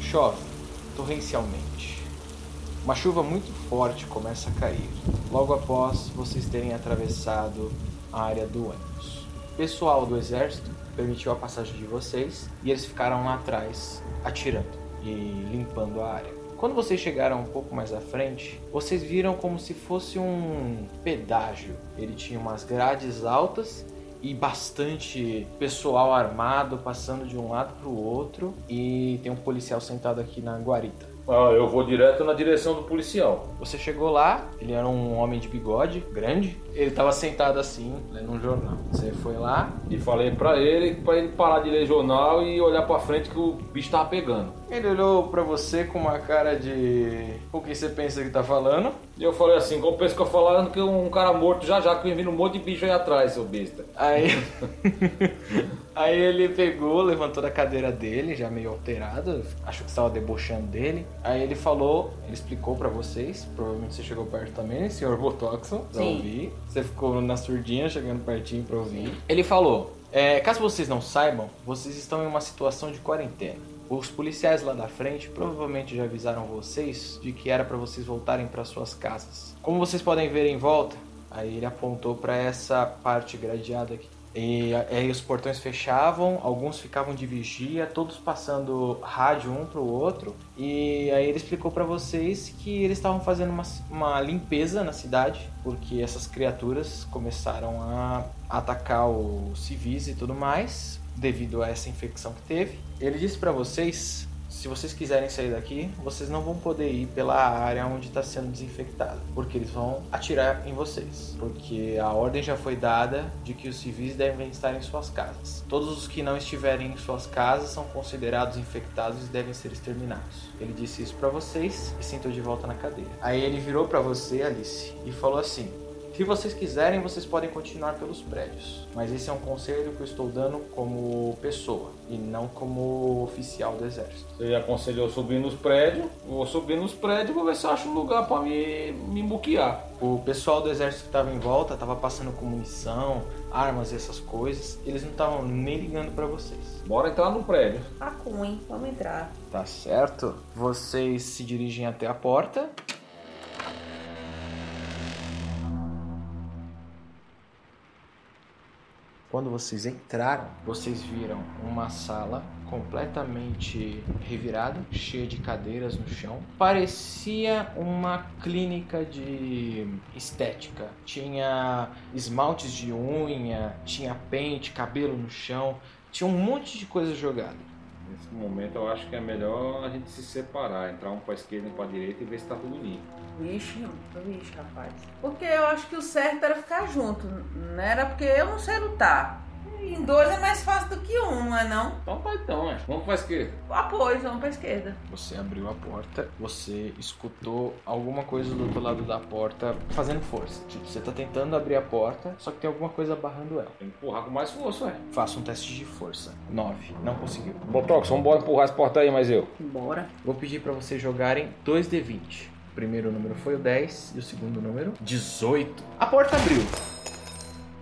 Chove, torrencialmente. Uma chuva muito forte começa a cair, logo após vocês terem atravessado a área do ônibus. O pessoal do exército permitiu a passagem de vocês e eles ficaram lá atrás atirando e limpando a área. Quando vocês chegaram um pouco mais à frente, vocês viram como se fosse um pedágio. Ele tinha umas grades altas e bastante pessoal armado passando de um lado para o outro e tem um policial sentado aqui na guarita. Ah, eu vou direto na direção do policial. Você chegou lá, ele era um homem de bigode, grande. Ele tava sentado assim, lendo um jornal. Você foi lá, E falei pra ele, pra ele parar de ler jornal e olhar pra frente que o bicho tava pegando. ele olhou pra você com uma cara de. O que você pensa que tá falando? E eu falei assim, compensa que eu falando que um cara morto já já, que vem vindo um monte de bicho aí atrás, seu besta. Aí. Aí ele pegou, levantou da cadeira dele, já meio alterado, achou que estava debochando dele. Aí ele falou, ele explicou pra vocês, provavelmente você chegou perto também, senhor Botoxon, pra Sim. ouvir. Você ficou na surdinha, chegando pertinho pra ouvir. Ele falou: é, caso vocês não saibam, vocês estão em uma situação de quarentena. Os policiais lá da frente provavelmente já avisaram vocês de que era pra vocês voltarem pra suas casas. Como vocês podem ver em volta, aí ele apontou pra essa parte gradeada aqui. E aí os portões fechavam, alguns ficavam de vigia, todos passando rádio um pro outro. E aí ele explicou pra vocês que eles estavam fazendo uma, uma limpeza na cidade, porque essas criaturas começaram a atacar os civis e tudo mais, devido a essa infecção que teve. Ele disse pra vocês, se vocês quiserem sair daqui, vocês não vão poder ir pela área onde está sendo desinfectada, porque eles vão atirar em vocês, porque a ordem já foi dada de que os civis devem estar em suas casas. Todos os que não estiverem em suas casas são considerados infectados e devem ser exterminados. Ele disse isso pra vocês e sentou de volta na cadeira. Aí ele virou pra você, Alice, e falou assim: se vocês quiserem, vocês podem continuar pelos prédios. Mas esse é um conselho que eu estou dando como pessoa e não como oficial do exército. Ele aconselhou eu subir nos prédios, vou subir nos prédios, vou ver se eu acho um lugar pra me, me muquear. O pessoal do exército que estava em volta estava passando com munição, armas e essas coisas. Eles não estavam nem ligando para vocês. Bora entrar no prédio. Tá ruim, vamos entrar. Tá certo? Vocês se dirigem até a porta. Quando vocês entraram, vocês viram uma sala completamente revirada, cheia de cadeiras no chão. Parecia uma clínica de estética. Tinha esmaltes de unha, tinha pente, cabelo no chão, tinha um monte de coisa jogada. Nesse momento eu acho que é melhor a gente se separar, entrar um pra esquerda e um pra direita e ver se tá tudo limpo. Vixe, vixe, rapaz. Porque eu acho que o certo era ficar junto, não era porque eu não sei lutar. E Em dois é mais fácil do que um, não é não? Então vai então, é. Vamos pra esquerda. Ah, pois, vamos pra esquerda. Você abriu a porta, você escutou alguma coisa do outro lado da porta fazendo força. Tipo, você tá tentando abrir a porta, só que tem alguma coisa barrando ela. Tem que empurrar com mais força, é. Faça um teste de força. 9. Não conseguiu. Botox, vambora empurrar esse porta aí, mas eu. Bora. Vou pedir pra vocês jogarem 2d20. O primeiro número foi o 10 e o segundo número 18. A porta abriu.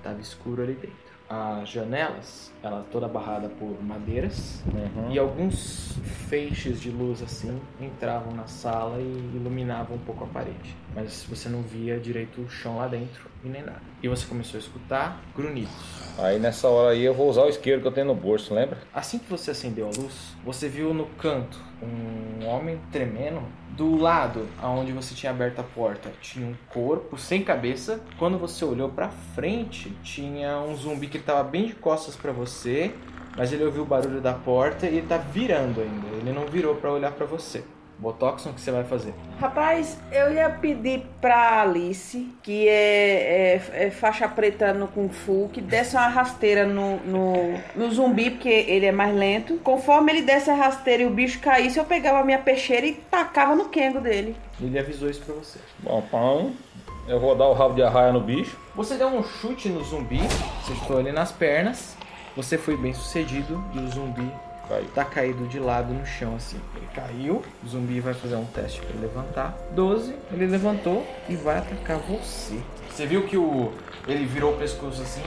Tava escuro ali dentro. As janelas, ela toda barrada por madeiras, Uhum. e alguns feixes de luz assim entravam na sala e iluminavam um pouco a parede. Mas você não via direito o chão lá dentro e nem nada. E você começou a escutar grunhidos. Aí nessa hora aí eu vou usar o isqueiro que eu tenho no bolso, lembra? Assim que você acendeu a luz, você viu no canto um homem tremendo. Do lado aonde você tinha aberto a porta, tinha um corpo sem cabeça. Quando você olhou pra frente, tinha um zumbi que ele tava bem de costas pra você, mas ele ouviu o barulho da porta e ele tá virando ainda. Ele não virou pra olhar pra você. Botoxon, o que você vai fazer? Rapaz, eu ia pedir pra Alice, que é, é- é faixa preta no Kung Fu, que desse uma rasteira no, no, no zumbi, porque ele é mais lento. Conforme ele desse a rasteira e o bicho caísse, eu pegava a minha peixeira e tacava no quengo dele. Ele avisou isso pra você. Bom, pão. Eu vou dar o rabo de arraia no bicho. Você deu um chute no zumbi, você chutou ele nas pernas, você foi bem sucedido e o zumbi Caiu. Tá caído de lado no chão, assim. Ele caiu, o zumbi vai fazer um teste pra levantar. 12, ele levantou e vai atacar você. Você viu que o ele virou o pescoço assim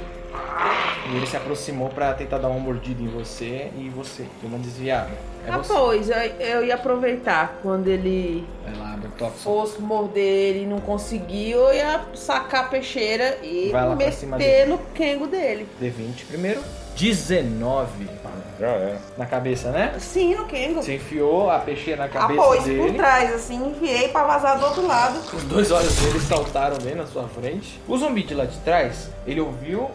e ele se aproximou pra tentar dar uma mordida em você e você deu uma desviada. É ah, você. pois, eu, eu ia aproveitar quando ele Vai lá, abre o top. fosse morder ele e não conseguiu, eu ia sacar a peixeira e Vai lá pra cima meter dele. no quengo dele. D20 primeiro. 19 Já era. na cabeça, né? Sim, no quengo. Você enfiou a peixeira na Ah, cabeça pois, por dele. trás, assim, enviei pra vazar do outro lado. Os dois olhos dele saltaram bem na sua frente. O zumbi de lá de trás, ele ouviu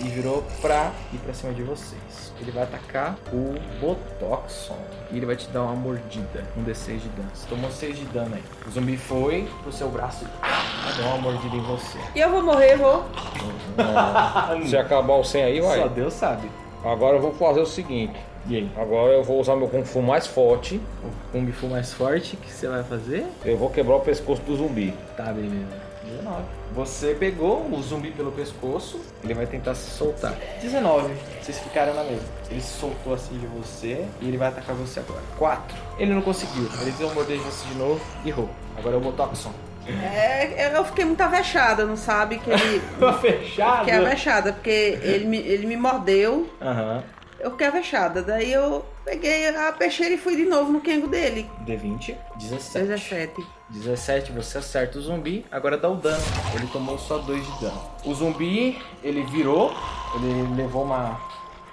e virou pra ir pra cima de vocês. Ele vai atacar o Botoxon. E ele vai te dar uma mordida. Um D6 de dano. Você tomou 6 de dano aí. O zumbi foi pro seu braço e deu uma mordida em você. E eu vou morrer, vou. Se acabar o 100 aí, vai. Só Deus sabe. Agora eu vou fazer o seguinte. E aí? Agora eu vou usar meu Kung Fu mais forte. O Kung Fu mais forte, o que você vai fazer? Eu vou quebrar o pescoço do zumbi. Tá, beleza. 19. Você pegou o zumbi pelo pescoço, ele vai tentar se soltar. 19. Vocês ficaram na mesa. Ele se soltou assim de você e ele vai atacar você agora. 4. Ele não conseguiu. Ele deu um morder de você de novo e errou. Agora eu vou tocar o som. É, eu fiquei muito avexada, não sabe? Que ele. Tá Fechado! Fiquei avexada, porque ele me, ele me mordeu, Aham. eu fiquei avexada. Daí eu peguei a peixeira e fui de novo no quengo dele. D20. 17. 17. 17, você acerta o zumbi, agora dá o dano. Ele tomou só 2 de dano. O zumbi, ele virou, ele levou uma.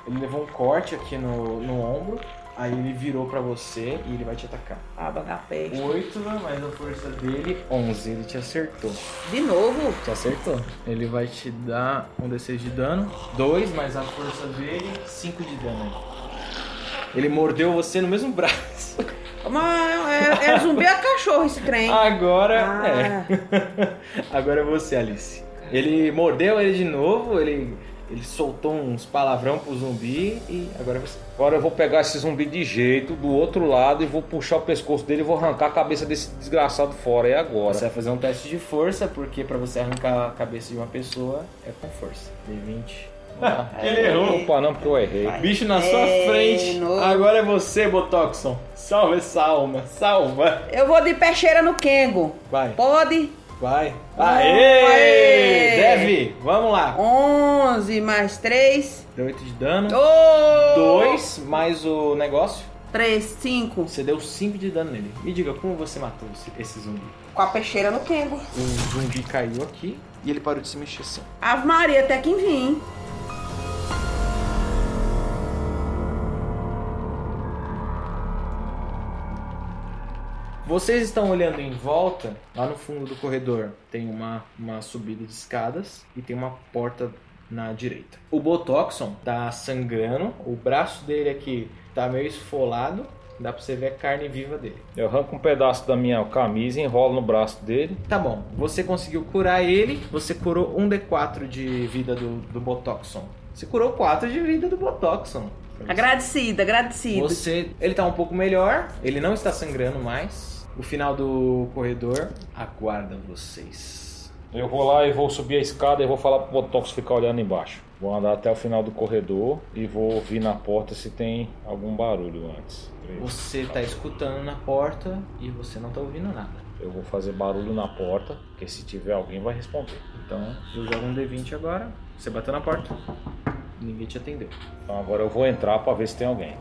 Ele levou um corte aqui no, no ombro. Aí ele virou pra você e ele vai te atacar. Aba da peste. 8, mais a força dele, 11. Ele te acertou. De novo, Te acertou. Ele vai te dar um D6 de dano. 2, mais a força dele, 5 de dano. Ele mordeu você no mesmo braço. mas é, é zumbi a cachorro esse trem. Agora Ah. é. Agora é você, Alice. Ele mordeu ele de novo, ele, ele soltou uns palavrão pro zumbi e agora é você. Agora eu vou pegar esse zumbi de jeito do outro lado e vou puxar o pescoço dele e vou arrancar a cabeça desse desgraçado fora. É agora. Você vai fazer um teste de força, porque pra você arrancar a cabeça de uma pessoa é com força. D20. ele errou. Opa, não, porque eu errei. Bicho na sua É, frente. no- Agora é você, Botoxon. Salve essa alma. Salva. Eu vou de peixeira no quengo. Vai, Pode? vai. Aê! Aê! Deve, vamos lá. 11 mais 3. Deu 8 de dano. 2. 2 mais o negócio. 3, 5. Você deu 5 de dano nele. Me diga, como você matou esse, esse zumbi? Com a peixeira no quengo. O zumbi caiu aqui e ele parou de se mexer assim. Ave Maria, até que enfim. hein? Vocês estão olhando em volta, lá no fundo do corredor tem uma, uma subida de escadas e tem uma porta na direita. O Botoxon tá sangrando, o braço dele aqui tá meio esfolado, dá pra você ver a carne viva dele. Eu arranco um pedaço da minha camisa, enrolo no braço dele. Tá bom, você conseguiu curar ele, você curou um D4 de vida do, do Botoxon. Você curou 4 de vida do Botoxon. Agradecido, agradecido. Você, ele tá um pouco melhor, ele não está sangrando mais. O final do corredor aguarda vocês. Eu vou lá e vou subir a escada e vou falar pro Botox ficar olhando embaixo. Vou andar até o final do corredor e vou ouvir na porta se tem algum barulho antes. Você tá escutando na porta e você não tá ouvindo nada. Eu vou fazer barulho na porta, porque se tiver alguém vai responder. Então, eu jogo um D20 agora. Você bateu na porta. Ninguém te atendeu. Então agora eu vou entrar pra ver se tem alguém.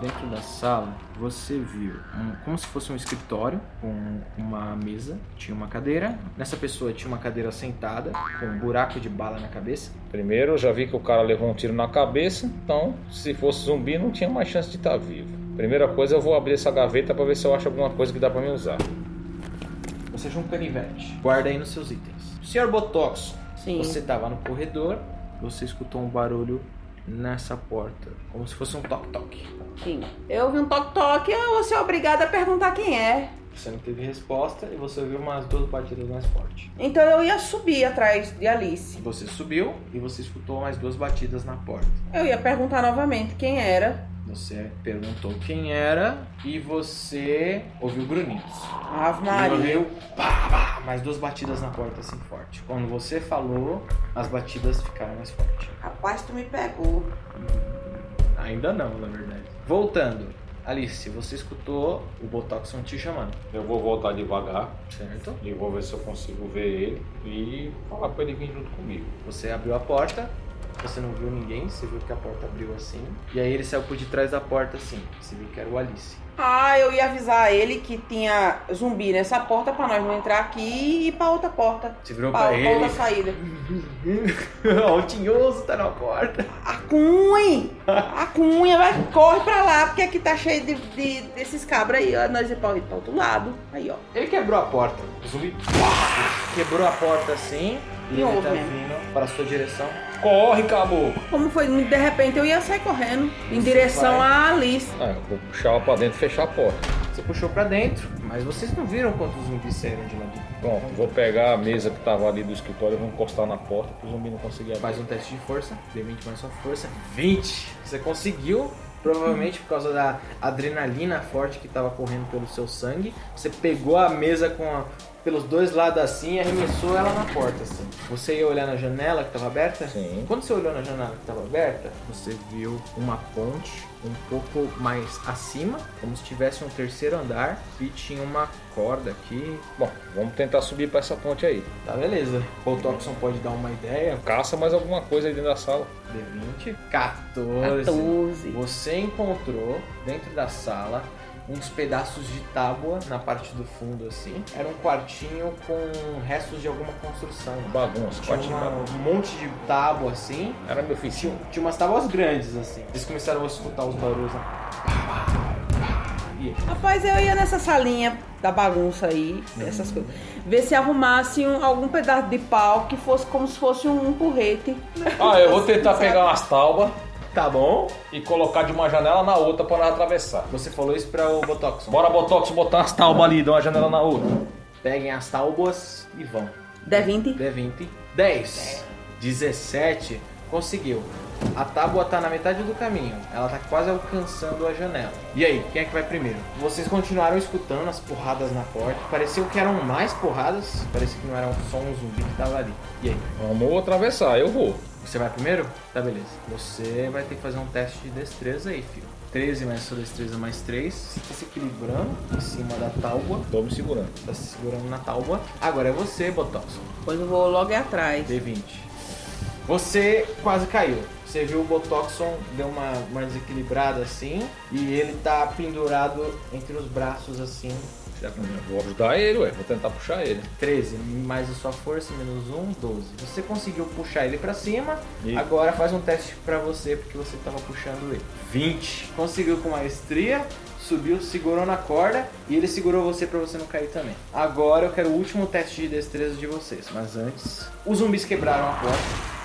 Dentro da sala, você viu um- como se fosse um escritório com uma mesa, tinha uma cadeira. Nessa pessoa tinha uma cadeira sentada com um buraco de bala na cabeça. Primeiro, eu já vi que o cara levou um tiro na cabeça, então se fosse zumbi não tinha mais chance de estar vivo. Primeira coisa, eu vou abrir essa gaveta pra ver se eu acho alguma coisa que dá pra me usar. Ou seja, um canivete. Guarda aí nos seus itens. Senhor Botox, Sim. Você tava no corredor, você escutou um barulho nessa porta, como se fosse um toque-toque. Sim. Eu ouvi um toque-toque, eu vou ser obrigada a perguntar quem é. Você não teve resposta e você ouviu umas duas batidas mais fortes. Então eu ia subir atrás de Alice. Você subiu e você escutou mais duas batidas na porta. Eu ia perguntar novamente quem era. Você perguntou quem era e você ouviu grunhidos. Ave E Maria. ouviu pá, pá, mais duas batidas na porta assim forte. Quando você falou, as batidas ficaram mais fortes. Rapaz, tu me pegou. Ainda não, na verdade. Voltando. Alice, você escutou o Botoxon te chamando, Eu vou voltar devagar certo? e vou ver se eu consigo ver ele e falar pra ele vir junto comigo. Você abriu a porta, você não viu ninguém, você viu que a porta abriu assim. E aí ele saiu por detrás da porta assim. Você viu que era o Alice. Ah, eu ia avisar ele que tinha zumbi nessa porta pra nós não entrar aqui e ir pra outra porta. Você virou Pra, pra pra outra ele. saída. Ó, o tinhoso tá na porta. A cunha! A cunha, vai, corre pra lá, porque aqui tá cheio de, de- desses cabras aí, ó. Nós ir pra, ir pra outro lado. Aí, ó. Ele quebrou a porta. O zumbi quebrou a porta assim. E E ele houve tá mesmo. vindo para a sua direção. Corre, caboclo! Como foi? De repente eu ia sair correndo em Você direção vai. à Alice. Ah, eu vou puxar ela pra dentro e fechar a porta. Você puxou pra dentro, mas vocês não viram quantos zumbis saíram de lá dentro. Pronto, vou pegar a mesa que tava ali do escritório e vou encostar na porta pro zumbi não conseguir abrir. Faz um teste de força, D20 mais sua força. 20! Você conseguiu, provavelmente por causa da adrenalina forte que tava correndo pelo seu sangue. Você pegou a mesa com a- pelos dois lados assim e arremessou ela na porta assim. Você ia olhar na janela que tava aberta? Sim. Quando você olhou na janela que estava aberta, você viu uma ponte um pouco mais acima, como se tivesse um terceiro andar e tinha uma corda aqui. Bom, vamos tentar subir pra essa ponte aí. Tá, beleza. O Toxon pode dar uma ideia. Caça mais alguma coisa aí dentro da sala. D20, 14. 14. Você encontrou dentro da sala uns pedaços de tábua na parte do fundo assim. Era um quartinho com restos de alguma construção. Bagunça, Tinha quartinho uma- bagunça. um monte de tábua assim. Era meu Tinha, oficina. tinha umas tábuas grandes, assim. Eles começaram a escutar os barulhos. né? E Rapaz, eu ia nessa salinha da bagunça aí, essas coisas. Ver se arrumasse um- algum pedaço de pau que fosse como se fosse um, um porrete. Ah, eu vou tentar pegar umas taubas Tá bom? e colocar de uma janela na outra pra nós atravessar. Você falou isso pra o Botox. Bora, Botox, botar umas taubas ali, dar uma janela na outra. Peguem as tábuas e vão. D20? D20. 10. 17. Conseguiu. A tábua tá na metade do caminho. Ela tá quase alcançando a janela. E aí, quem é que vai primeiro? Vocês continuaram escutando as porradas na porta. Pareceu que eram mais porradas. Parecia que não era só um zumbi que tava ali. E aí? Vamos atravessar, eu vou. Você vai primeiro? Tá, beleza. Você vai ter que fazer um teste de destreza aí, filho. 13 mais sua destreza mais 3. Você tá se equilibrando em cima da tábua. Tô me segurando. Tá se segurando na tábua. Agora é você, Botox. Pois eu vou logo ir atrás. D20. Você quase caiu. Você viu o Botoxon deu uma, uma desequilibrada assim. E ele tá pendurado entre os braços assim. Vou ajudar ele, ué. Vou tentar puxar ele. 13 mais a sua força, menos 1, 12. Você conseguiu puxar ele pra cima. E- Agora faz um teste pra você, porque você tava puxando ele. 20. Conseguiu com maestria, subiu, segurou na corda e ele segurou você pra você não cair também. Agora eu quero o último teste de destreza de vocês, mas antes. Os zumbis quebraram a porta.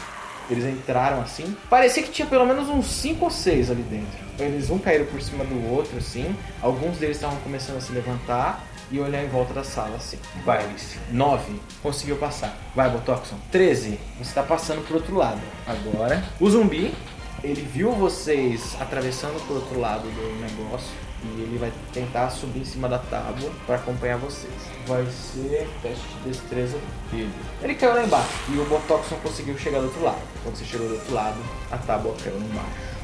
Eles entraram assim. Parecia que tinha pelo menos uns 5 ou 6 ali dentro. Eles um caíram por cima do outro, assim. Alguns deles estavam começando a se levantar e olhar em volta da sala, assim. Vai, Alice. 9. Conseguiu passar. Vai, Botoxon. 13. Você tá passando pro outro lado. Agora. O zumbi, ele viu vocês atravessando pro outro lado do negócio. E ele vai tentar subir em cima da tábua pra acompanhar vocês. Vai ser teste de destreza dele. Ele caiu lá embaixo e o Botox não conseguiu chegar do outro lado. Quando você chegou do outro lado, a tábua caiu lá embaixo.